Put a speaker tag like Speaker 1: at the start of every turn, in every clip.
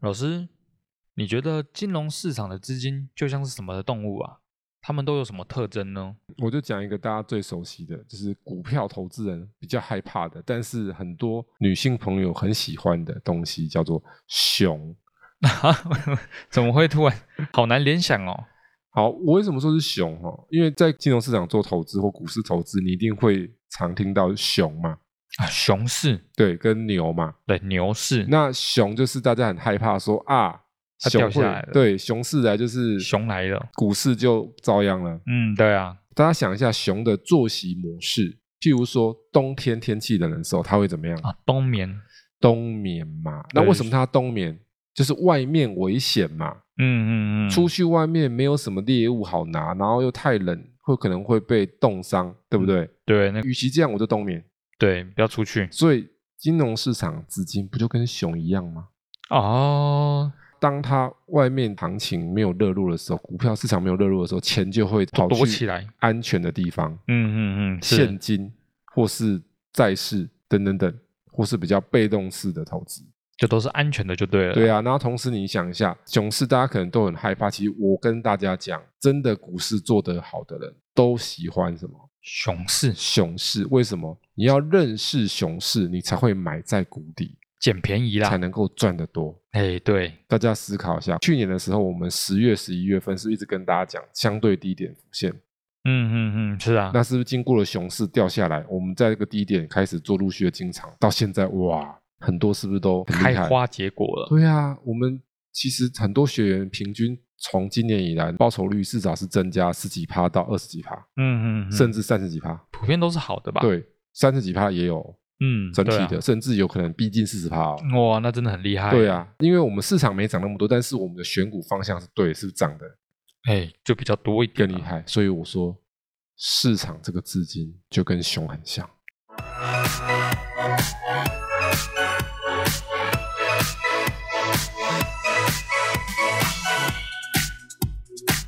Speaker 1: 老师，你觉得金融市场的资金就像是什么的动物啊？它们都有什么特征呢？
Speaker 2: 我就讲一个大家最熟悉的，就是股票投资人比较害怕的，但是很多女性朋友很喜欢的东西，叫做熊。
Speaker 1: 怎么会突然好难联想哦？
Speaker 2: 好，我为什么说是熊哈？因为在金融市场做投资或股市投资，你一定会常听到熊嘛，
Speaker 1: 啊，熊市
Speaker 2: 对，跟牛嘛。
Speaker 1: 对牛市，
Speaker 2: 那熊就是大家很害怕说啊，
Speaker 1: 它
Speaker 2: 熊
Speaker 1: 掉下
Speaker 2: 会
Speaker 1: 来了
Speaker 2: 对，熊市来就是
Speaker 1: 熊来了，
Speaker 2: 股市就遭殃了。
Speaker 1: 嗯，对啊，
Speaker 2: 大家想一下熊的作息模式，譬如说冬天天气冷的时候，它会怎么样？
Speaker 1: 啊，冬眠，
Speaker 2: 冬眠嘛。那
Speaker 1: 对
Speaker 2: 为什么它冬眠？就是外面危险嘛，
Speaker 1: 嗯嗯嗯，
Speaker 2: 出去外面没有什么猎物好拿，然后又太冷，会可能会被冻伤，对不对？
Speaker 1: 对那个
Speaker 2: 与其这样，我就冬眠。
Speaker 1: 对，不要出去
Speaker 2: 所以金融市场资金不就跟熊一样吗？
Speaker 1: 哦，
Speaker 2: 当它外面行情没有热络的时候，股票市场没有热络的时候，钱就会跑
Speaker 1: 躲
Speaker 2: 去
Speaker 1: 起来，
Speaker 2: 安全的地方。
Speaker 1: 嗯嗯嗯，
Speaker 2: 现
Speaker 1: 是，
Speaker 2: 金或是债市等等等，或是比较被动式的投资。
Speaker 1: 就都是安全的就对了，
Speaker 2: 对
Speaker 1: 啊，
Speaker 2: 啊，然后同时你想一下，熊市大家可能都很害怕。其实我跟大家讲，真的股市做得好的人都喜欢什么
Speaker 1: 熊市
Speaker 2: 熊市？为什么？你要认识熊市，你才会买在谷底，
Speaker 1: 捡便宜
Speaker 2: 才
Speaker 1: 啦，
Speaker 2: 能够赚得多。
Speaker 1: 哎，对，
Speaker 2: 大家思考一下，去年的时候，我们十月、十一月份是不是一直跟大家讲相对低点浮现，
Speaker 1: 嗯嗯嗯，是啊，
Speaker 2: 那是不是经过了熊市掉下来，我们在这个低点开始做陆续的进场，到现在哇，很多是不是都很厉
Speaker 1: 开
Speaker 2: 害？
Speaker 1: 花结果了，
Speaker 2: 对啊，我们其实很多学员平均从今年以来报酬率至少是增加十几趴到二十几趴，
Speaker 1: 嗯嗯，嗯
Speaker 2: 甚至三十几趴。
Speaker 1: 普遍都是好的吧？，
Speaker 2: 对，三十几趴也有
Speaker 1: 嗯，
Speaker 2: 整体
Speaker 1: 对啊嗯哎
Speaker 2: 的，甚至有可能逼近四十趴哦。
Speaker 1: 哇，那真的很厉害。
Speaker 2: 对，啊，因为我们市场没涨那么多，但是我们的选股方向是对，是涨的
Speaker 1: 哎，就比较多一点
Speaker 2: 更
Speaker 1: 啊，
Speaker 2: 厉害。所以我说，市场这个资金就跟熊很像。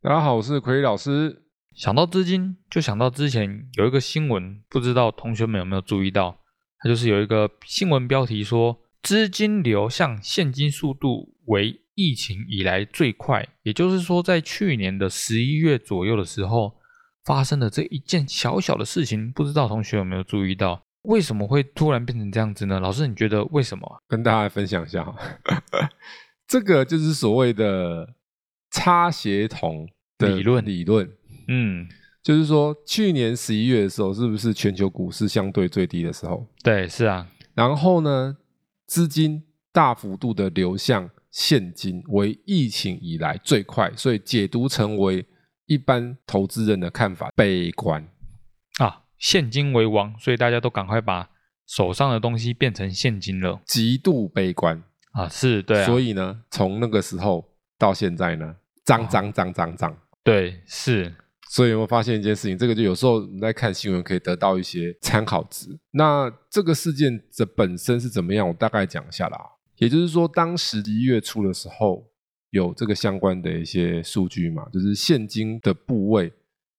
Speaker 2: 大家好，我是奎老师。
Speaker 1: 想到资金，就想到之前有一个新闻，不知道同学们有没有注意到？它就是有一个新闻标题说，资金流向现金速度为疫情以来最快，也就是说，在去年的十一月左右的时候发生的这一件小小的事情，不知道同学有没有注意到？为什么会突然变成这样子呢？老师，你觉得为什么啊？
Speaker 2: 跟大家来分享一下哈， 这个就是所谓的差协同的
Speaker 1: 理论
Speaker 2: 理论，
Speaker 1: 嗯，
Speaker 2: 就是说去年十一月的时候，是不是全球股市相对最低的时候？
Speaker 1: 对，是啊，
Speaker 2: 然后呢，资金大幅度的流向现金，为疫情以来最快，所以解读成为一般投资人的看法悲观。
Speaker 1: 啊，现金为王，所以大家都赶快把手上的东西变成现金了
Speaker 2: 极度悲观，
Speaker 1: 啊，是对啊，
Speaker 2: 所以呢，从那个时候到现在呢，涨涨涨涨涨，
Speaker 1: 对，是，
Speaker 2: 所以有没有发现一件事情？这个就有时候我们在看新闻可以得到一些参考值。那这个事件的本身是怎么样？我大概讲一下啦。也就是说，当时一月初的时候，有这个相关的一些数据嘛，就是现金的部位，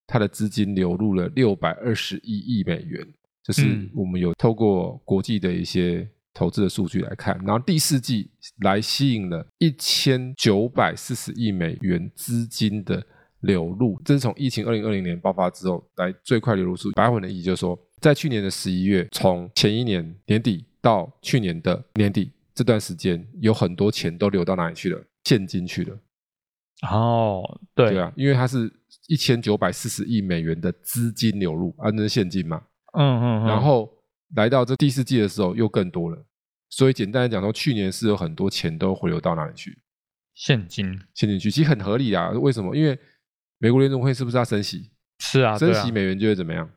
Speaker 2: 它的资金流入了六百二十一亿美元，就是
Speaker 1: 嗯
Speaker 2: 我们有透过国际的一些投资的数据来看，然后第四季来吸引了一千九百四十亿美元资金的流入，这是从疫情二零二零年爆发之后来最快流入数据。白话文的意思就是说，在去年的十一月，从前一年年底到去年的年底这段时间，有很多钱都流到哪里去了？现金去了，
Speaker 1: 哦，对
Speaker 2: 对啊，因为它是一千九百四十亿美元的资金流入，啊，那是现金嘛，
Speaker 1: 嗯嗯，嗯
Speaker 2: 然后来到这第四季的时候又更多了。所以简单来讲说，去年是有很多钱都回流到哪里去，
Speaker 1: 现金
Speaker 2: 现金去，其实很合理啊。为什么？因为美国联总会是不是要升息？
Speaker 1: 是啊，
Speaker 2: 升
Speaker 1: 对啊
Speaker 2: 息美元就会怎么样？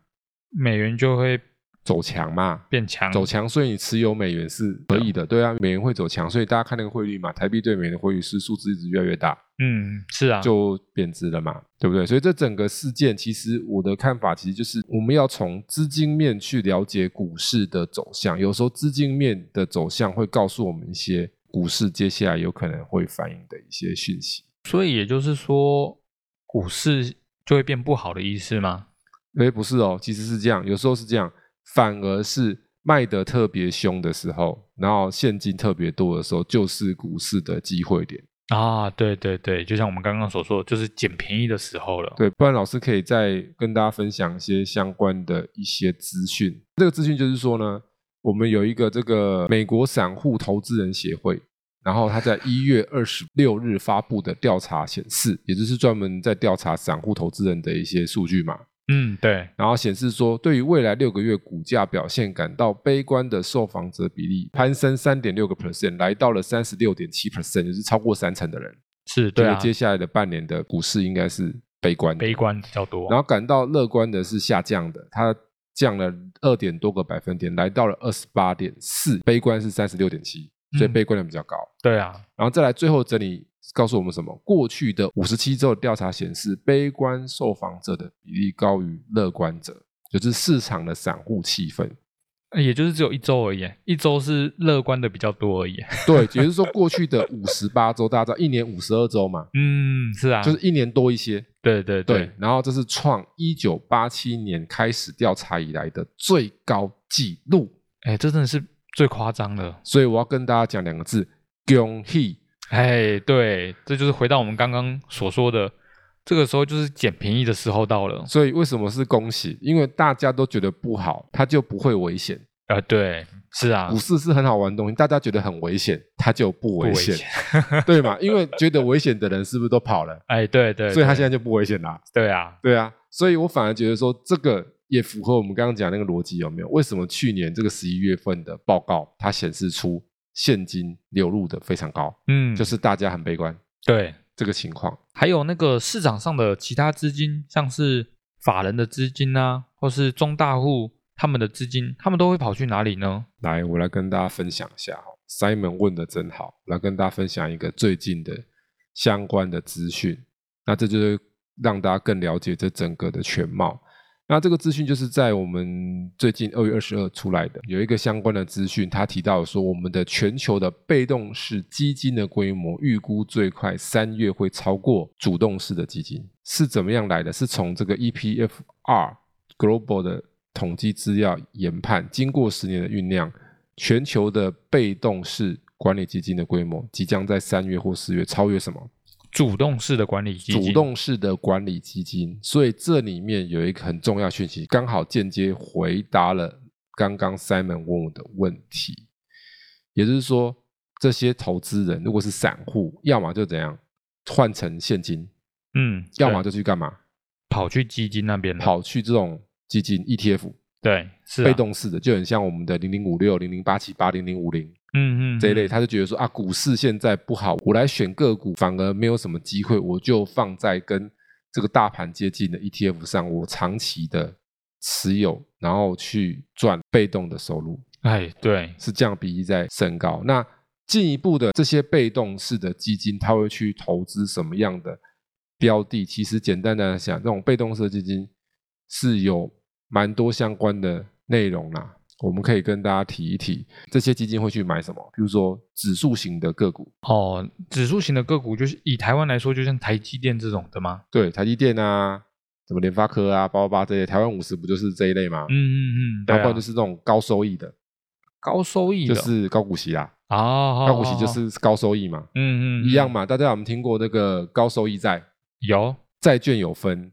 Speaker 1: 美元就会
Speaker 2: 走强嘛，
Speaker 1: 变强，
Speaker 2: 走强，所以你持有美元是可以的，对啊，美元会走强，所以大家看那个汇率嘛，台币对美元的汇率是数字一直越来越大，
Speaker 1: 嗯，是啊，
Speaker 2: 就贬值了嘛，对不对？所以这整个事件，其实我的看法其实就是我们要从资金面去了解股市的走向，有时候资金面的走向会告诉我们一些股市接下来有可能会反映的一些讯息。
Speaker 1: 所以也就是说，股市就会变不好的意思吗？
Speaker 2: 诶，不是哦，其实是这样，有时候是这样，反而是卖得特别凶的时候，然后现金特别多的时候，就是股市的机会点。
Speaker 1: 啊，对对对，就像我们刚刚所说，就是捡便宜的时候了。
Speaker 2: 对，不然老师可以再跟大家分享一些相关的一些资讯。这个资讯就是说呢，我们有一个这个美国散户投资人协会，然后他在一月二十六日发布的调查显示，也就是专门在调查散户投资人的一些数据嘛。
Speaker 1: 嗯，对，
Speaker 2: 然后显示说，对于未来六个月股价表现感到悲观的受访者比例攀升三点六个 percent，来到了三十六点七 percent，就是超过三成的人。
Speaker 1: 是
Speaker 2: 觉
Speaker 1: 对
Speaker 2: 得
Speaker 1: 啊，
Speaker 2: 接下来的半年的股市应该是悲观的，
Speaker 1: 悲观比较多。
Speaker 2: 然后感到乐观的是下降的，它降了二点多个百分点，来到了二十八点四，悲观是三十六点七，所以
Speaker 1: 嗯
Speaker 2: 悲观的比较高。
Speaker 1: 对啊，
Speaker 2: 然后再来最后整理告诉我们什么？过去的五十七周的调查显示，悲观受访者的比例高于乐观者，就是市场的散户气氛。
Speaker 1: 也就是只有一周而已，一周是乐观的比较多而已。
Speaker 2: 对，也就是说过去的五十八周，大家知道一年五十二周嘛，
Speaker 1: 嗯，是啊，
Speaker 2: 就是一年多一些。
Speaker 1: 对对
Speaker 2: 对，，然后这是创一九八七年开始调查以来的最高纪录。
Speaker 1: 哎，这真的是最夸张的。
Speaker 2: 所以我要跟大家讲两个字：恭喜。
Speaker 1: 哎，对，这就是回到我们刚刚所说的，这个时候就是捡便宜的时候到了。
Speaker 2: 所以为什么是恭喜？因为大家都觉得不好，它就不会危险。
Speaker 1: 啊，对，是啊
Speaker 2: 股，市是很好玩的东西，大家觉得很危险，它就不
Speaker 1: 不
Speaker 2: 危险，。 对嘛？因为觉得危险的人是不是都跑了？
Speaker 1: 哎，对对，
Speaker 2: 所以它
Speaker 1: 对
Speaker 2: 现在就不危险啦。
Speaker 1: 对啊，
Speaker 2: 对啊，所以我反而觉得说这个。也符合我们刚刚讲那个逻辑，有没有？为什么去年这个十一月份的报告，它显示出现金流入的非常高？
Speaker 1: 嗯，
Speaker 2: 就是大家很悲观
Speaker 1: 对。
Speaker 2: 这个情况。
Speaker 1: 还有那个市场上的其他资金，像是法人的资金啊，或是中大户他们的资金，他们都会跑去哪里呢？
Speaker 2: 来，我来跟大家分享一下哦。Simon 问的真好，我来跟大家分享一个最近的相关的资讯。那这就是让大家更了解这整个的全貌。那这个资讯就是在我们最近二月二十二出来的，有一个相关的资讯，他提到说，我们的全球的被动式基金的规模预估最快三月会超过主动式的基金，是怎么样来的？是从这个 E EPFR Global 的统计资料研判，经过十年的酝酿，全球的被动式管理基金的规模即将在三月或四月超越什么？
Speaker 1: 主动式的管理基金，
Speaker 2: 主动式的管理基金，所以这里面有一个很重要讯息，刚好间接回答了刚刚 Simon 问我的问题，也就是说，这些投资人如果是散户，要么就怎样换成现金，
Speaker 1: 嗯，
Speaker 2: 要么
Speaker 1: 对
Speaker 2: 就去干嘛，
Speaker 1: 跑去基金那边了，
Speaker 2: 跑去这种基金 ETF
Speaker 1: 对，嗯是、啊、
Speaker 2: 被，动式的，就很像我们的零零五六、零零八七八、零零五零
Speaker 1: 嗯嗯，
Speaker 2: 这一类，
Speaker 1: 嗯，
Speaker 2: 他就觉得说啊，股市现在不好，我来选个股反而没有什么机会，我就放在跟这个大盘接近的 ETF 上，我长期的持有，然后去赚被动的收入，
Speaker 1: 哎，对，
Speaker 2: 是这样比例在升高。那进一步的这些被动式的基金，它会去投资什么样的标的？其实简单的想，这种被动式的基金是有蛮多相关的内容啦。我们可以跟大家提一提，这些基金会去买什么？比如说指数型的个股，
Speaker 1: 哦，指数型的个股就是以台湾来说，就像台积电这种的吗？
Speaker 2: 对，台积电啊，什么联发科啊，八八八这些，台湾五十不就是这一类吗？
Speaker 1: 嗯嗯嗯，对、
Speaker 2: 然后不
Speaker 1: 啊，
Speaker 2: 然就是那种高收益的，
Speaker 1: 高收益
Speaker 2: 就
Speaker 1: 的，哦
Speaker 2: 是高股息啦，
Speaker 1: 啊、哦，
Speaker 2: 高股息就
Speaker 1: 哦，
Speaker 2: 是高收益嘛，
Speaker 1: 嗯嗯，
Speaker 2: 一样
Speaker 1: 嗯
Speaker 2: 嘛。大家有没有听过那个高收益债？
Speaker 1: 有，
Speaker 2: 债券有分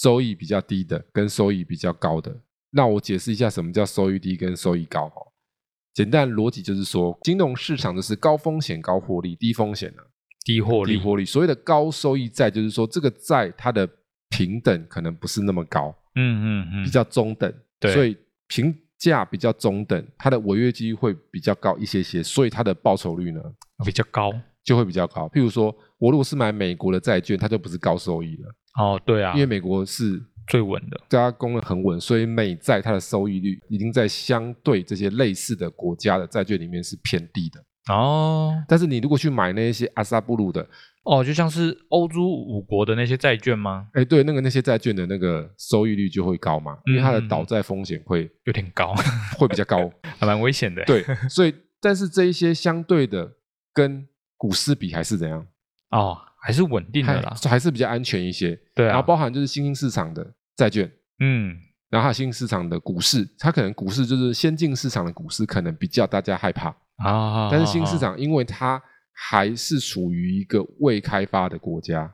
Speaker 2: 收益比较低的跟收益比较高的。那我解释一下什么叫收益低跟收益高哈。简单的逻辑就是说，金融市场就是高风险高获利，低风险啊，
Speaker 1: 低获
Speaker 2: 低
Speaker 1: 利，
Speaker 2: 获利。所谓的高收益债，就是说这个债它的平等可能不是那么高，
Speaker 1: 嗯嗯嗯，
Speaker 2: 比较中等，
Speaker 1: 对
Speaker 2: 所以评价比较中等，它的违约几率会比较高一些些，所以它的报酬率呢
Speaker 1: 比较高，
Speaker 2: 就会比较高。譬如说，我如果是买美国的债券，它就不是高收益了。
Speaker 1: 哦，对啊，
Speaker 2: 因为美国是
Speaker 1: 最稳的。
Speaker 2: 大家供的很稳，所以美债它的收益率已经在相对这些类似的国家的债券里面是偏低的。
Speaker 1: 哦
Speaker 2: 但是你如果去买那些阿萨布鲁的，
Speaker 1: 哦，就像是欧洲五国的那些债券吗？
Speaker 2: 哎，对，那个那些债券的那个收益率就会高嘛，因为它的
Speaker 1: 嗯
Speaker 2: 倒债风险会
Speaker 1: 有点高，
Speaker 2: 会比较高。
Speaker 1: 还蛮危险的。
Speaker 2: 对，所以但是这一些相对的跟股市比还是怎样，
Speaker 1: 哦，还是稳定的
Speaker 2: 还
Speaker 1: 啦。
Speaker 2: 还是比较安全一些。
Speaker 1: 对
Speaker 2: 然
Speaker 1: 啊
Speaker 2: 后，包含就是新兴市场的债券，
Speaker 1: 嗯，
Speaker 2: 然后还有新兴市场的股市，它可能股市就是先进市场的股市可能比较大家害怕，
Speaker 1: 啊，
Speaker 2: 但是新兴市
Speaker 1: 啊啊
Speaker 2: 场因为它还是处于一个未开发的国家，
Speaker 1: 哦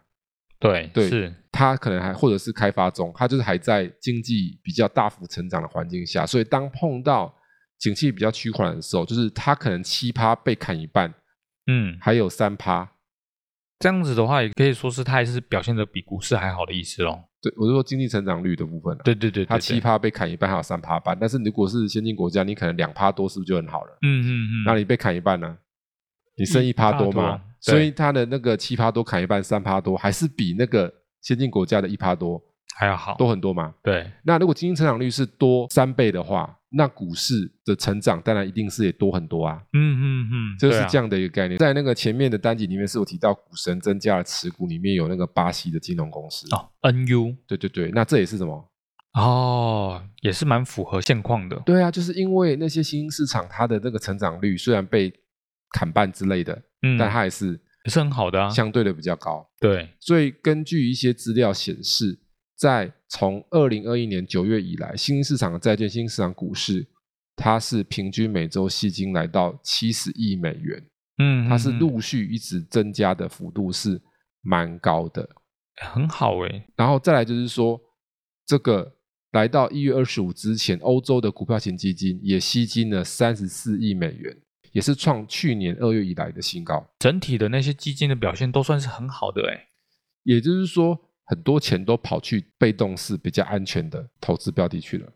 Speaker 1: 对
Speaker 2: 对
Speaker 1: 是
Speaker 2: 它可能还或者是开发中，它就是还在经济比较大幅成长的环境下，所以当碰到景气比较趋缓的时候，就是它可能七趴被砍一半，
Speaker 1: 嗯，
Speaker 2: 还有三趴。
Speaker 1: 这样子的话，也可以说是它还是表现的比股市还好的意思咯。
Speaker 2: 对，我是说经济成长率的部分、啊，
Speaker 1: 对对对，对
Speaker 2: 它
Speaker 1: 对
Speaker 2: 七趴被砍一半，还有三趴半。但是如果是先进国家，你可能两趴多，是不是就很好了？
Speaker 1: 嗯嗯嗯，
Speaker 2: 那你被砍一半呢、啊你剩一
Speaker 1: 一
Speaker 2: 趴
Speaker 1: 趴
Speaker 2: 多
Speaker 1: 多
Speaker 2: 嘛？
Speaker 1: 对
Speaker 2: 所以它的那个七趴多砍一半，三趴多，还是比那个先进国家的一趴多
Speaker 1: 还要好。
Speaker 2: 多很多嘛？
Speaker 1: 对，
Speaker 2: 那如果经济成长率是多三倍的话，那股市的成长当然一定是也多很多啊，
Speaker 1: 嗯嗯嗯，
Speaker 2: 就是
Speaker 1: 对啊
Speaker 2: 这。样的一个概念。在那个前面的单集里面是有提到股神增加了持股，里面有那个巴西的金融公司。
Speaker 1: 哦，NU
Speaker 2: 对对对，那这也是什么？
Speaker 1: 哦，也是蛮符合现况的。
Speaker 2: 对啊，就是因为那些新兴市场它的那个成长率虽然被砍半之类的，
Speaker 1: 嗯，
Speaker 2: 但它也是
Speaker 1: 也是很好的啊。
Speaker 2: 相对的比较高。
Speaker 1: 对，
Speaker 2: 所以根据一些资料显示，在从二零二一年九月以来，新兴市场的债券、新兴市场股市，它是平均每周吸金来到七十亿美元，
Speaker 1: 嗯，
Speaker 2: 它是
Speaker 1: 嗯嗯
Speaker 2: 陆续一直增加的幅度是蛮高的。
Speaker 1: 很好诶。
Speaker 2: 然后再来就是说，这个来到一月二十五之前，欧洲的股票型基金也吸金了三十四亿美元，也是创去年二月以来的新高。
Speaker 1: 整体的那些基金的表现都算是很好的诶。
Speaker 2: 也就是说，很多钱都跑去被动式比较安全的投资标的去了。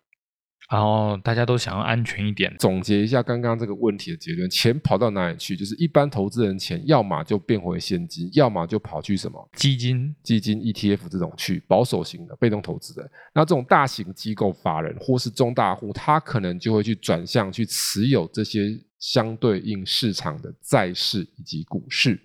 Speaker 1: 然后哦大家都想要安全一点。
Speaker 2: 总结一下刚刚这个问题的结论：钱跑到哪里去？就是一般投资人钱，要么就变回现金，要么就跑去什么
Speaker 1: 基金
Speaker 2: 基金、ETF 这种去保守型的被动投资人。那这种大型机构法人或是中大户，他可能就会去转向去持有这些相对应市场的债市以及股市。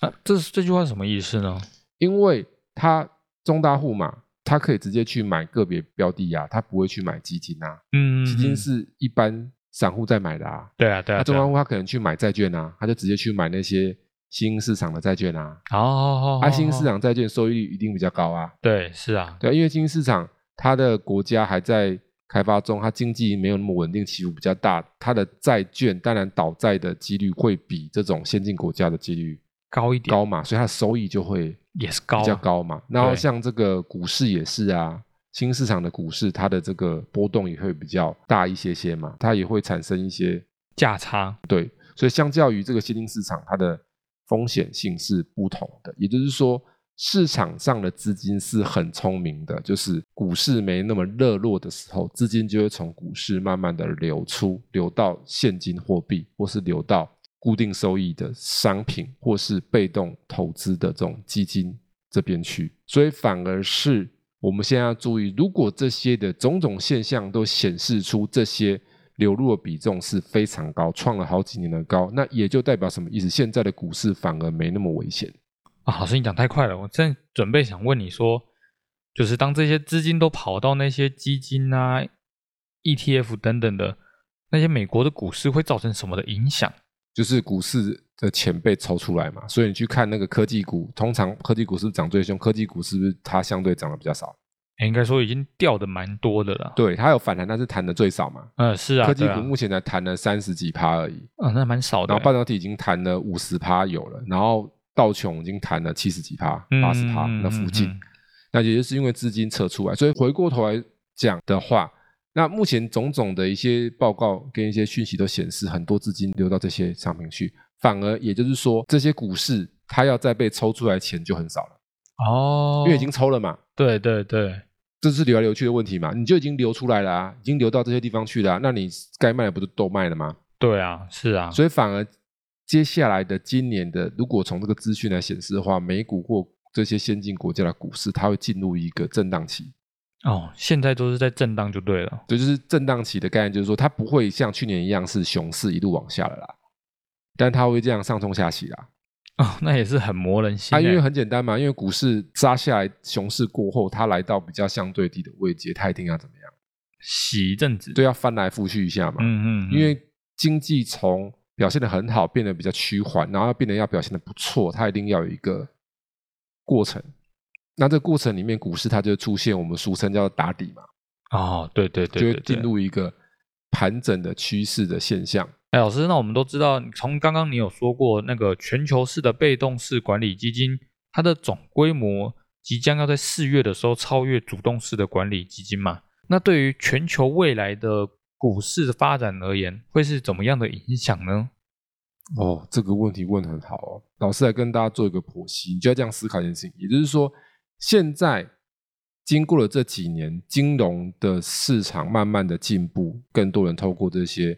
Speaker 1: 啊，这这句话是什么意思呢？
Speaker 2: 因为他中大户嘛，他可以直接去买个别标的啊，他不会去买基金啊。
Speaker 1: 嗯，
Speaker 2: 基
Speaker 1: 嗯
Speaker 2: 金
Speaker 1: 嗯
Speaker 2: 是一般散户在买的啊，
Speaker 1: 对啊对啊，
Speaker 2: 那中
Speaker 1: 对啊
Speaker 2: 大户他可能去买债券啊，他就直接去买那些新兴市场的债券啊。
Speaker 1: 哦哦哦，
Speaker 2: 啊，新兴市
Speaker 1: 啊，
Speaker 2: 场债券收益率一定比较高啊。
Speaker 1: 对，是啊，
Speaker 2: 对啊，因为新兴市场它的国家还在开发中，它经济没有那么稳定，起伏比较大，它的债券当然倒债的几率会比这种先进国家的几率
Speaker 1: 高一点
Speaker 2: 高嘛，所以它的收益就会
Speaker 1: 也是高啊
Speaker 2: 比较高嘛。然后
Speaker 1: 对
Speaker 2: 像这个股市也是啊，新兴市场的股市它的这个波动也会比较大一些些嘛，它也会产生一些，
Speaker 1: 价差，
Speaker 2: 所以相较于这个新兴市场，它的风险性是不同的。也就是说，市场上的资金是很聪明的，就是股市没那么热络的时候，资金就会从股市慢慢的流出，流到现金货币，或是流到。固定收益的商品或是被动投资的这种基金这边去，所以反而是我们现在要注意，如果这些的种种现象都显示出这些流入的比重是非常高，创了好几年的高，那也就代表什么意思？现在的股市反而没那么危险。
Speaker 1: 啊，老师你讲太快了，我正准备想问你说，就是当这些资金都跑到那些基金啊、ETF 等等的那些美国的股市，会造成什么的影响？
Speaker 2: 就是股市的钱被抽出来嘛，所以你去看那个科技股，通常科技股是不是涨最凶？科技股是不是它相对涨得比较少？
Speaker 1: 诶应该说已经掉的蛮多的了。，
Speaker 2: 对，它有反弹，但是弹的最少嘛。
Speaker 1: 嗯、是啊，
Speaker 2: 科技
Speaker 1: 对
Speaker 2: 股目前才弹了三十几趴而已，
Speaker 1: 啊，啊，那蛮少的
Speaker 2: 然
Speaker 1: 欸。
Speaker 2: 后半导体已经弹了五十趴有了，然后道琼已经弹了七十几趴、
Speaker 1: 嗯
Speaker 2: 八十趴
Speaker 1: 嗯
Speaker 2: 那附近
Speaker 1: 嗯嗯，
Speaker 2: 那也就是因为资金撤出来，所以回过头来讲的话，那目前种种的一些报告跟一些讯息都显示，很多资金流到这些商品去，反而也就是说，这些股市它要再被抽出来钱就很少了，
Speaker 1: 哦，
Speaker 2: 因为已经抽了嘛。
Speaker 1: 对对对，
Speaker 2: 这是流来流去的问题嘛？你就已经流出来了啊，已经流到这些地方去了啊、那你该卖的不就都卖了吗？
Speaker 1: 对啊，是啊，
Speaker 2: 所以反而接下来的今年的，如果从这个资讯来显示的话，美股或这些先进国家的股市，它会进入一个震荡期。
Speaker 1: 哦，现在都是在震荡就对了。
Speaker 2: 对，就是震荡期的概念，就是说它不会像去年一样是熊市一路往下了啦，但它会这样上冲下洗啦。
Speaker 1: 哦，那也是很磨人心、
Speaker 2: 啊，
Speaker 1: 欸。
Speaker 2: 因为很简单嘛，因为股市杀下来，熊市过后，它来到比较相对低的位阶，它一定要怎么样？
Speaker 1: 洗一阵子。
Speaker 2: 对，要翻来覆去一下嘛。
Speaker 1: 嗯，嗯嗯，
Speaker 2: 因为经济从表现的很好变得比较趋缓，然后变得要表现的不错，它一定要有一个过程。那这个过程里面，股市它就出现我们俗称叫打底嘛，
Speaker 1: 哦，对对对
Speaker 2: 就
Speaker 1: 对
Speaker 2: 会
Speaker 1: 对
Speaker 2: 进入一个盘整的趋势的现象。
Speaker 1: 哎，老师，那我们都知道，从刚刚你有说过，那个全球式的被动式管理基金，它的总规模即将要在四月的时候超越主动式的管理基金嘛？那对于全球未来的股市的发展而言，会是怎么样的影响呢？
Speaker 2: 哦，这个问题问得很好哦。老师来跟大家做一个剖析，你就要这样思考一件事情，也就是说，现在经过了这几年，金融的市场慢慢的进步，更多人透过这些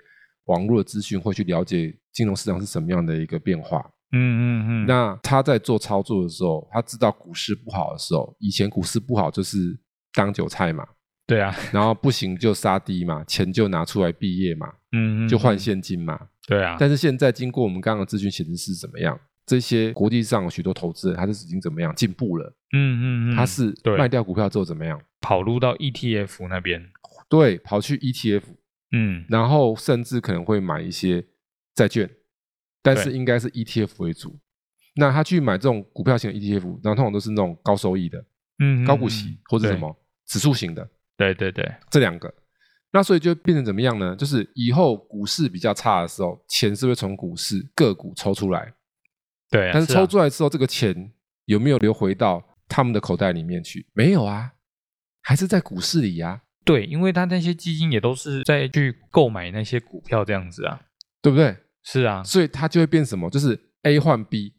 Speaker 2: 网络的资讯会去了解金融市场是什么样的一个变化。
Speaker 1: 嗯嗯嗯，
Speaker 2: 那他在做操作的时候，他知道股市不好的时候，以前股市不好就是当韭菜嘛，
Speaker 1: 对啊，
Speaker 2: 然后不行就杀低嘛，钱就拿出来毕业嘛，
Speaker 1: 嗯，嗯
Speaker 2: 就换
Speaker 1: 嗯
Speaker 2: 现金嘛。
Speaker 1: 对啊，
Speaker 2: 但是现在经过我们刚刚的资讯显示是怎么样？这些国际上有许多投资人，他是已经怎么样进步了？
Speaker 1: 嗯嗯嗯，
Speaker 2: 他是
Speaker 1: 对
Speaker 2: 卖掉股票之后怎么样？
Speaker 1: 跑路到 ETF 那边，
Speaker 2: 对，跑去 ETF，
Speaker 1: 嗯，
Speaker 2: 然后甚至可能会买一些债券，但是
Speaker 1: 对
Speaker 2: 应该是 ETF 为主。那他去买这种股票型的 ETF，然后通常都是那种高收益的、
Speaker 1: 嗯，嗯
Speaker 2: 高股
Speaker 1: 嗯
Speaker 2: 息或者什么指数型的
Speaker 1: 对对对对，
Speaker 2: 这两个。那所以就变成怎么样呢？就是以后股市比较差的时候，钱是会从股市个股抽出来，
Speaker 1: 对啊，
Speaker 2: 但是抽
Speaker 1: 啊
Speaker 2: 出来之后，这个钱有没有流回到他们的口袋里面去？没有啊，还是在股市里呀、
Speaker 1: 对，因为他那些基金也都是在去购买那些股票这样子啊，
Speaker 2: 对不对？
Speaker 1: 是啊，
Speaker 2: 所以它就会变什么？就是 A 换 B，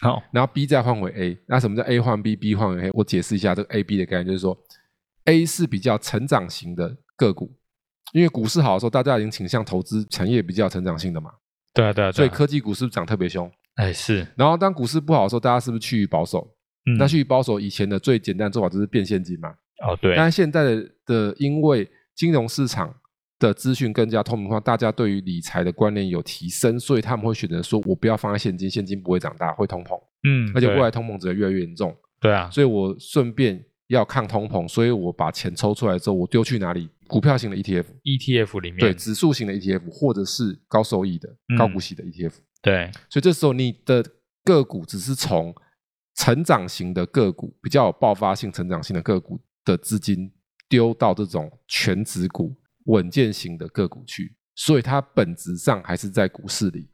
Speaker 1: 好、
Speaker 2: 然后 B 再换回 A。那什么叫 A 换 B，B 换回 A？我解释一下这个 A、B 的概念，就是说 A 是比较成长型的个股，因为股市好的时候，大家已经倾向投资产业比较有成长性的嘛，
Speaker 1: 对啊对啊，
Speaker 2: 所
Speaker 1: 对
Speaker 2: 以
Speaker 1: 啊
Speaker 2: 科技股是不是涨特别凶？
Speaker 1: 哎是，
Speaker 2: 然后当股市不好的时候，大家是不是趋于保守？
Speaker 1: 嗯
Speaker 2: 那趋于保守以前的最简单的做法就是变现金嘛。
Speaker 1: 哦对，
Speaker 2: 但是现在的的，因为金融市场的资讯更加透明化，大家对于理财的观念有提升，所以他们会选择说，我不要放在现金，现金不会长大，会通膨，
Speaker 1: 嗯，
Speaker 2: 而且
Speaker 1: 对
Speaker 2: 未来通膨只会越来越严重，
Speaker 1: 对啊，
Speaker 2: 所以我顺便要抗通膨，所以我把钱抽出来之后，我丢去哪里？股票型的 ETF，
Speaker 1: ETF E 里面
Speaker 2: 对，指数型的 ETF，或者是高收益的、
Speaker 1: 嗯
Speaker 2: 高股息的 E ETF。
Speaker 1: 对
Speaker 2: 所以这时候你的个股只是从成长型的个股，比较有爆发性成长性的个股的资金丢到这种全指股、稳健型的个股去，所以它本质上还是在股市里，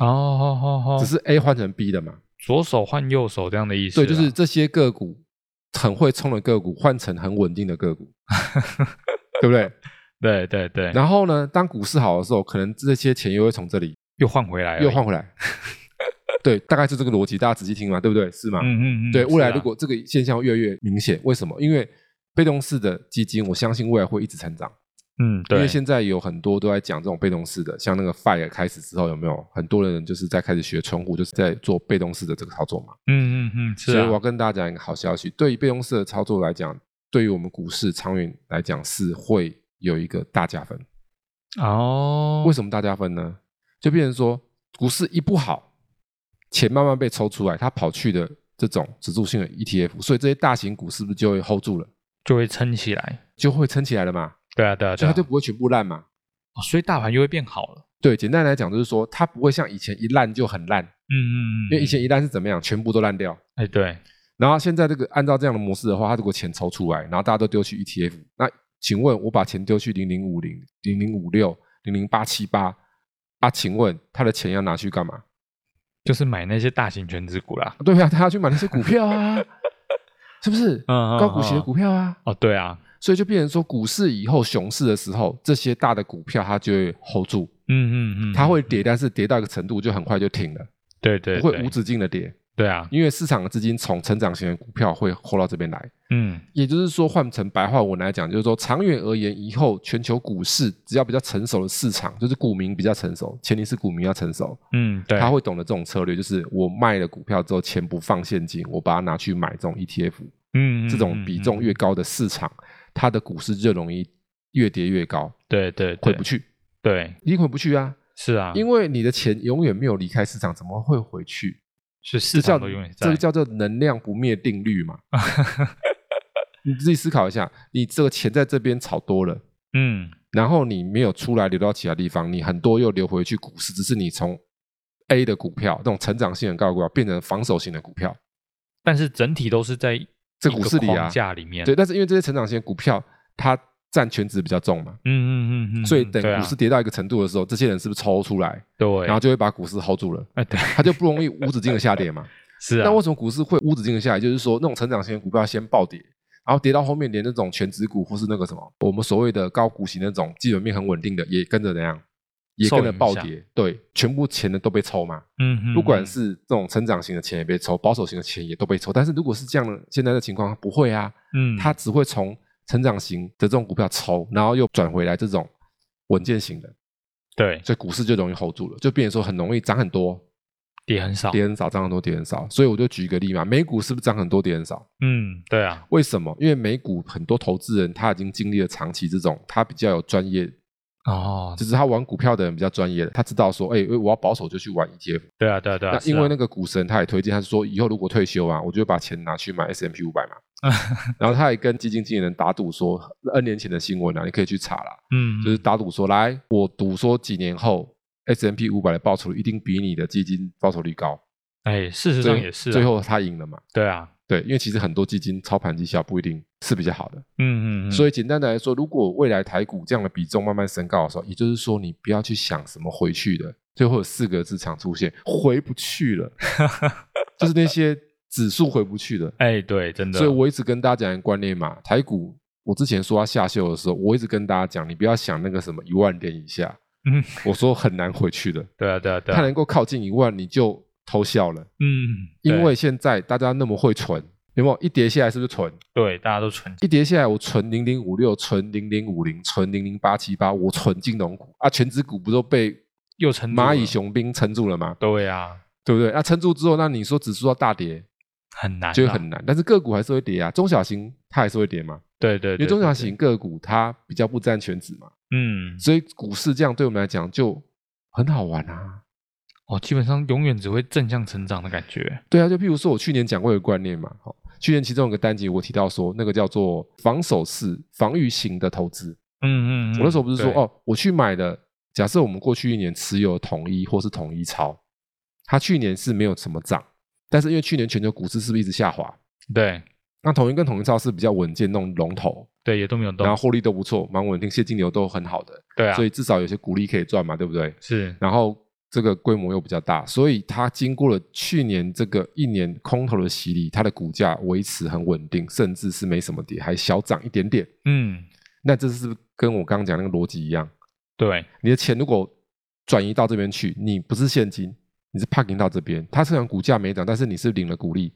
Speaker 1: 哦哦哦哦，
Speaker 2: 只是 A 换成 B 的嘛。
Speaker 1: 左手换右手这样的意啊思啦，
Speaker 2: 对，就是这些个股很会冲的个股换成很稳定的 个股，对不对？
Speaker 1: 对对对，
Speaker 2: 然后呢，当股市好的时候，可能这些钱又会从这里
Speaker 1: 又换回来，
Speaker 2: 又换，回来。对，大概就这个逻辑，大家仔细听嘛，对不对？是吗？
Speaker 1: 嗯嗯嗯，
Speaker 2: 对，未来
Speaker 1: 是啊
Speaker 2: 如果这个现象越来越明显，为什么？因为被动式的基金，我相信未来会一直成长，
Speaker 1: 嗯
Speaker 2: 因
Speaker 1: 对
Speaker 2: 为，现在有很多都在讲这种被动式的，像那个 FIRE E 开始之后，有没有很多的人就是在开始学存股，就是在做被动式的这个操作嘛？
Speaker 1: 嗯嗯嗯，是
Speaker 2: 所以我
Speaker 1: 啊
Speaker 2: 要，跟大家讲一个好消息，对于被动式的操作来讲，对于我们股市长远来讲是会有一个大加分。
Speaker 1: 哦，
Speaker 2: 为什么大加分呢？就变成说股市一不好，钱慢慢被抽出来，它跑去的这种指数性的 ETF，所以这些大型股是不是就会 hold 住了，
Speaker 1: 就会撑起来，
Speaker 2: 就会撑起来了嘛？
Speaker 1: 对啊对啊，
Speaker 2: 所以
Speaker 1: 对啊
Speaker 2: 它就不会全部烂嘛？
Speaker 1: 哦所以大盘就会变好了，
Speaker 2: 对，简单来讲就是说，它不会像以前一烂就很烂，
Speaker 1: 嗯嗯嗯，
Speaker 2: 因为以
Speaker 1: 嗯
Speaker 2: 前一烂是怎么样，全部都烂掉。
Speaker 1: 哎对，
Speaker 2: 然后现在这个按照这样的模式的话，它如果钱抽出来，然后大家都丢去 ETF，那请问我把钱丢去零零五零、零零五六、零零八七八啊？请问他的钱要拿去干嘛？
Speaker 1: 就是买那些大型全值股啦，
Speaker 2: 对啊，他要去买那些股票啊，是不是？
Speaker 1: 嗯嗯
Speaker 2: 高股息的
Speaker 1: 嗯
Speaker 2: 股票啊，
Speaker 1: 哦对啊，
Speaker 2: 所以就变成说，股市以后熊市的时候，这些大的股票它就会 hold 住，
Speaker 1: 嗯嗯嗯，
Speaker 2: 它会跌，但是跌到一个程度就很快就停了，
Speaker 1: 对对
Speaker 2: 不会
Speaker 1: 对
Speaker 2: 无止境的跌，
Speaker 1: 对啊，
Speaker 2: 因为市场的资金从成长型的股票会 hold 到这边来。
Speaker 1: 嗯
Speaker 2: 也就是说，换成白话文来讲，就是说，长远而言，以后全球股市只要比较成熟的市场，就是股民比较成熟，前提是股民要成熟，
Speaker 1: 嗯对，
Speaker 2: 他会懂得这种策略，就是我卖了股票之后，钱不放现金，我把它拿去买这种 E ETF，
Speaker 1: 嗯嗯
Speaker 2: 这种比重
Speaker 1: 嗯
Speaker 2: 越高的市场，它的股市就容易越跌越高，
Speaker 1: 对对对
Speaker 2: 回不去，
Speaker 1: 对，
Speaker 2: 一定回不去啊！
Speaker 1: 是啊，
Speaker 2: 因为你的钱永远没有离开市场，怎么会回去？
Speaker 1: 是市
Speaker 2: 这叫
Speaker 1: 场都永远
Speaker 2: 这
Speaker 1: 在
Speaker 2: 个，叫做能量不灭定律 嘛。你自己思考一下，你这个钱在这边炒多了，
Speaker 1: 嗯，
Speaker 2: 然后你没有出来流到其他地方，你很多又流回去股市，只是你从 A 的股票那种成长性很高的股票变成防守型的股票，
Speaker 1: 但是整体都是在
Speaker 2: 这
Speaker 1: 一
Speaker 2: 股
Speaker 1: 个
Speaker 2: 市里啊
Speaker 1: 框，架里面，
Speaker 2: 对，但是因为这些成长型的股票它占全值比较重嘛，
Speaker 1: 嗯，嗯嗯嗯嗯，
Speaker 2: 所以等
Speaker 1: 对啊
Speaker 2: 股市跌到一个程度的时候，这些人是不是抽出来，
Speaker 1: 对，
Speaker 2: 然后就会把股市 hold 住了，
Speaker 1: 哎 对，
Speaker 2: 它就不容易无止境的下跌嘛。
Speaker 1: 是啊
Speaker 2: 那，为什么股市会无止境的下来？就是说，那种成长型的股票先暴跌，然后跌到后面，连那种全指股或是那个什么，我们所谓的高股息那种基本面很稳定的，也跟着怎样，也跟着暴
Speaker 1: 受
Speaker 2: 跌。对，全部钱呢都被抽嘛，
Speaker 1: 嗯嗯，
Speaker 2: 不管
Speaker 1: 嗯
Speaker 2: 是这种成长型的钱也被抽，保守型的钱也都被抽。但是如果是这样的现在的情况，不会啊，
Speaker 1: 嗯，
Speaker 2: 它只会从成长型的这种股票抽，然后又转回来这种稳健型的，
Speaker 1: 对
Speaker 2: 所以股市就容易 hold 住了，就变成说很容易涨很多，
Speaker 1: 跌很少，
Speaker 2: 跌很少，涨很多，跌很少。所以我就举一个例嘛，美股是不是涨很多，跌很少？
Speaker 1: 嗯，对啊，
Speaker 2: 为什么？因为美股很多投资人他已经经历了长期这种，他比较有专业，
Speaker 1: 哦，
Speaker 2: 就是他玩股票的人比较专业的，他知道说，哎、我要保守就去玩 ETF。
Speaker 1: 对啊对啊对啊，
Speaker 2: 那
Speaker 1: 是
Speaker 2: 因为
Speaker 1: 啊
Speaker 2: 那个股神他也推荐，他说以后如果退休啊，我就把钱拿去买 S M P 五百 嘛。然后他也跟基金经理人打赌说，N 年前的新闻啊，你可以去查啦，
Speaker 1: 嗯，
Speaker 2: 就是打赌说，来，我赌说几年后 S M P 五百的报酬率一定比你的基金报酬率高。
Speaker 1: 哎，事实上也是啊，
Speaker 2: 最后他赢了嘛。
Speaker 1: 对啊，
Speaker 2: 对，因为其实很多基金操盘绩效不一定是比较好的，
Speaker 1: 嗯嗯嗯，
Speaker 2: 所
Speaker 1: 以
Speaker 2: 以简单的来说，如果未来台股这样的比重慢慢升高的时候，也就是说你不要去想什么回去的，最后有四个字常出现，回不 去了，就是那些指数回不去了。
Speaker 1: 哎对，真的，
Speaker 2: 所以我一直跟大家讲的观念嘛，台股我之前说它下修的时候，我一直跟大家讲，你不要想那个什么一万点以下，
Speaker 1: 嗯，
Speaker 2: 我说很难回去的，
Speaker 1: 对啊对啊对
Speaker 2: 它
Speaker 1: 啊，
Speaker 2: 能够靠近一万你就偷笑了。
Speaker 1: 嗯，
Speaker 2: 因
Speaker 1: 对
Speaker 2: 为现在大家那么会存，有没有一跌下来是不是存？
Speaker 1: 对大家都存，
Speaker 2: 一跌下来我存零零五六，存零零五零，存零零八七八，我存金融股啊，全指股不都被
Speaker 1: 又成住
Speaker 2: 蚂蚁
Speaker 1: 了
Speaker 2: 雄兵撑住了吗？
Speaker 1: 对啊，
Speaker 2: 对不对？那、撑住之后，那你说指数要大跌
Speaker 1: 很难啊，
Speaker 2: 就会很难，但是个股还是会跌啊，中小型它还是会跌嘛，
Speaker 1: 对对，
Speaker 2: 因
Speaker 1: 对
Speaker 2: 为中
Speaker 1: 对对
Speaker 2: 小型个股它比较不占全指嘛，
Speaker 1: 嗯，
Speaker 2: 所以股市这样对我们来讲就很好玩啊。
Speaker 1: 哦，基本上永远只会正向成长的感觉，
Speaker 2: 对啊，就譬如说我去年讲过一个观念嘛，好，去年其中有个单集我提到说，那个叫做防守式防御型的投资。
Speaker 1: 嗯嗯，
Speaker 2: 我那时候不是说
Speaker 1: 对，
Speaker 2: 哦，我去买的，假设我们过去一年持有统一或是统一超，它去年是没有什么涨，但是因为去年全球股市是不是一直下滑？
Speaker 1: 对
Speaker 2: 那统一跟统一超是比较稳健那种龙头，
Speaker 1: 对也都没有动
Speaker 2: 然后，获利都不错，蛮稳定，现金流都很好的，
Speaker 1: 对啊，
Speaker 2: 所以至少有些股利可以赚嘛，对不对？
Speaker 1: 是
Speaker 2: 然后这个规模又比较大，所以它经过了去年这个一年空头的洗礼，它的股价维持很稳定，甚至是没什么跌，还小涨一点点。
Speaker 1: 嗯
Speaker 2: 那这是不是跟我刚刚讲那个逻辑一样？
Speaker 1: 对
Speaker 2: 你的钱如果转移到这边去，你不是现金，你是 parking 到这边，它虽然股价没涨，但是你是领了股利。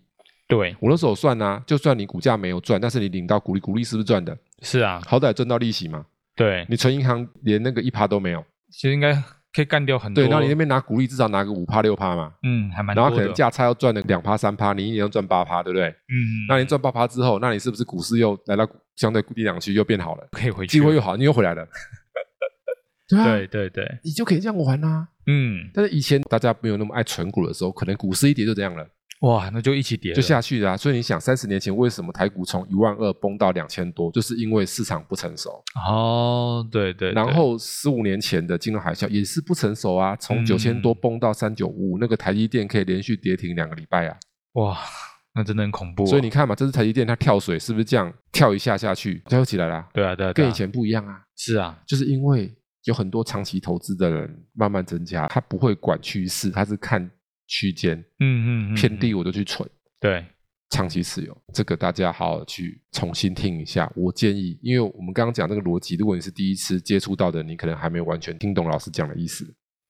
Speaker 1: 对
Speaker 2: 我那时候有算啊，就算你股价没有赚，但是你领到股利，股利是不是赚的？
Speaker 1: 是啊，
Speaker 2: 好歹赚到利息嘛。
Speaker 1: 对，
Speaker 2: 你存银行连那个一趴都没有，
Speaker 1: 其实应该可以干掉很多，
Speaker 2: 对，然后你那边拿股利至少拿个五趴六趴嘛。
Speaker 1: 嗯还蛮
Speaker 2: 然
Speaker 1: 多
Speaker 2: 后
Speaker 1: 的，
Speaker 2: 可能价差要赚了两趴三趴，你一年要赚八趴，对不对？
Speaker 1: 嗯，
Speaker 2: 那你赚八趴之后，那你是不是股市又来到相对低档区又变好了，
Speaker 1: 可以回去
Speaker 2: 机
Speaker 1: 了，
Speaker 2: 会又好，你又回来了？对啊，
Speaker 1: 对对对，
Speaker 2: 你就可以这样玩啊。
Speaker 1: 嗯，
Speaker 2: 但是以前大家没有那么爱存股的时候，可能股市一跌就这样了，
Speaker 1: 哇，那就一起跌了，
Speaker 2: 就下去啦、啊所以你想，三十年前为什么台股从一万二崩到两千多，就是因为市场不成熟。
Speaker 1: 哦，对对，
Speaker 2: 然
Speaker 1: 对
Speaker 2: 后十五年前的金融海啸也是不成熟啊，从
Speaker 1: 嗯
Speaker 2: 九千多崩到三九五，那个台积电可以连续跌停两个礼拜啊。
Speaker 1: 哇，那真的很恐怖哦，
Speaker 2: 所以你看嘛，这次台积电它跳水是不是这样跳一下下去，它又起来啦、
Speaker 1: 对啊对啊，对
Speaker 2: 跟
Speaker 1: 啊
Speaker 2: 以前不一样啊，
Speaker 1: 是啊，
Speaker 2: 就是因为有很多长期投资的人慢慢增加，他不会管趋势，他是看区间
Speaker 1: 嗯嗯嗯，
Speaker 2: 偏
Speaker 1: 嗯
Speaker 2: 低，我就去存。
Speaker 1: 对，
Speaker 2: 长期持有，这个大家好好去重新听一下。我建议，因为我们刚刚讲这个逻辑，如果你是第一次接触到的，你可能还没有完全听懂老师讲的意思。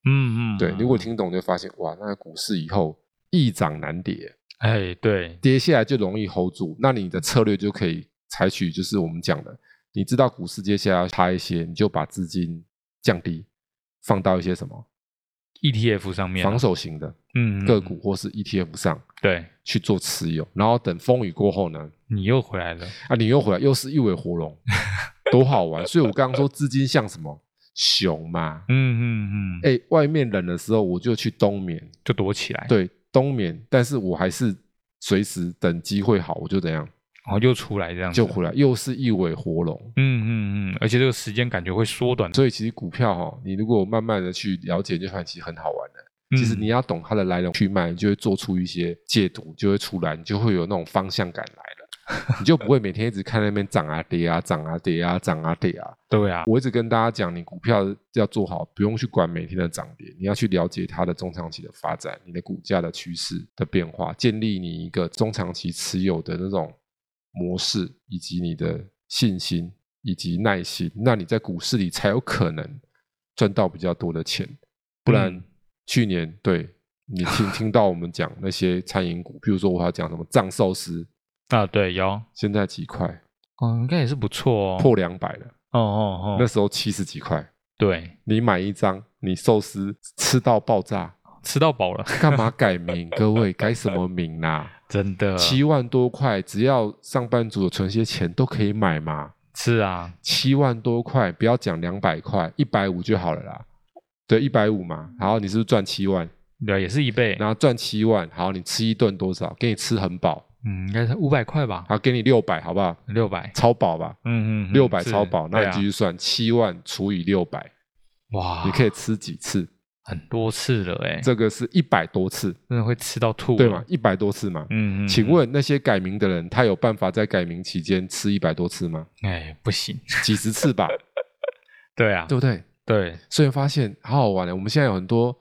Speaker 1: 嗯嗯，
Speaker 2: 对，
Speaker 1: 嗯
Speaker 2: 如果听懂，你就发现哇，那股市以后易涨难跌，
Speaker 1: 哎对，
Speaker 2: 跌下来就容易 hold 住，那你的策略就可以采取，就是我们讲的，你知道股市接下来要差一些，你就把资金降低，放到一些什么
Speaker 1: ETF 上面啊
Speaker 2: 防守型的
Speaker 1: 嗯
Speaker 2: 个股或是 ETF 上
Speaker 1: 对
Speaker 2: 去做持有，然后等风雨过后呢，
Speaker 1: 你又回来了，
Speaker 2: 啊，你又回来又是一尾活 龙，多好玩！所以我刚刚说资金像什么熊嘛，
Speaker 1: 嗯嗯嗯，
Speaker 2: 哎、外面冷的时候我就去冬眠，
Speaker 1: 就躲起来，，
Speaker 2: 对，冬眠，但是我还是随时等机会好，我就怎样
Speaker 1: 然后又出来这样子，
Speaker 2: 就回来，又是一尾活龙。
Speaker 1: 嗯嗯嗯，而且这个时间感觉会缩短，
Speaker 2: 所以其实股票哈、你如果慢慢的去了解，你就发现其实很好玩的。
Speaker 1: 嗯
Speaker 2: 其实你要懂它的来龙去脉，你就会做出一些解读，就会出来，你就会有那种方向感来了，你就不会每天一直看那边涨啊跌啊涨啊跌啊涨啊跌啊。
Speaker 1: 对啊，
Speaker 2: 我一直跟大家讲，你股票要做好，不用去管每天的涨跌，你要去了解它的中长期的发展，你的股价的趋势的变化，建立你一个中长期持有的那种模式，以及你的信心以及耐心，那你在股市里才有可能赚到比较多的钱。不然
Speaker 1: 嗯，
Speaker 2: 去年对你 听听到我们讲那些餐饮股，譬如说我要讲什么藏寿司，
Speaker 1: 啊对有，
Speaker 2: 现在几块
Speaker 1: 哦应该也是不错哦，
Speaker 2: 破两百了，
Speaker 1: 哦哦
Speaker 2: 那
Speaker 1: 哦，
Speaker 2: 时候七十几块。
Speaker 1: 对，
Speaker 2: 你买一张，你寿司吃到爆炸，
Speaker 1: 吃到饱了，
Speaker 2: 干嘛改名？各位改什么名啦、
Speaker 1: 真的，
Speaker 2: 七万多块，只要上班族有存些钱都可以买嘛。
Speaker 1: 是啊，
Speaker 2: 七万多块，不要讲两百块，一百五就好了啦。对，一百五嘛。然后你是不是赚七万？
Speaker 1: 对啊，也是一倍，
Speaker 2: 然后赚七万，好，你吃一顿多少？给你吃很饱，
Speaker 1: 嗯，应该是五百块吧，
Speaker 2: 好，给你六百，好不好？
Speaker 1: 六百，
Speaker 2: 超饱吧，
Speaker 1: 嗯嗯，
Speaker 2: 六百
Speaker 1: 是
Speaker 2: 超饱。那
Speaker 1: 对
Speaker 2: 你
Speaker 1: 啊
Speaker 2: 继续算，七万除以六百，
Speaker 1: 哇，
Speaker 2: 你可以吃几次？
Speaker 1: 很多次了哎，
Speaker 2: 这个是一百多次，
Speaker 1: 真的会吃到吐，
Speaker 2: 对嘛？？一百多次嘛。
Speaker 1: 嗯嗯，
Speaker 2: 请
Speaker 1: 嗯，
Speaker 2: 问那些改名的人，他有办法在改名期间吃一百多次吗？
Speaker 1: 哎，不行，
Speaker 2: 几十次吧，
Speaker 1: 对啊
Speaker 2: 对，不对？
Speaker 1: 对，
Speaker 2: 所以发现好好玩的。我们现在有很多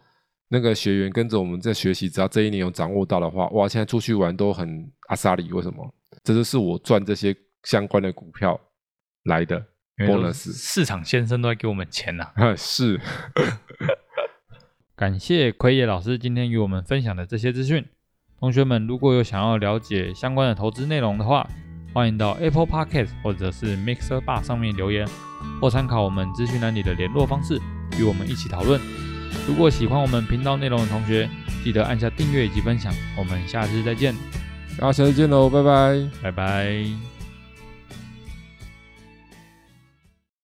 Speaker 2: 那个学员跟着我们在学习，只要这一年有掌握到的话，哇，现在出去玩都很阿莎里。为什么？这就是我赚这些相关的股票来的
Speaker 1: 因为都
Speaker 2: bonus
Speaker 1: 是 市场先生都在给我们钱呐。啊
Speaker 2: 是，
Speaker 1: 感谢奎野老师今天与我们分享的这些资讯。同学们如果有想要了解相关的投资内容的话，欢迎到 Apple Podcast 或者是 Mixer Bar 上面留言，或参考我们资讯栏里的联络方式，与我们一起讨论。如果喜欢我们频道内容的同学，记得按下订阅以及分享。我们下次再见，
Speaker 2: 然后下次见喽，拜拜。
Speaker 1: 拜拜。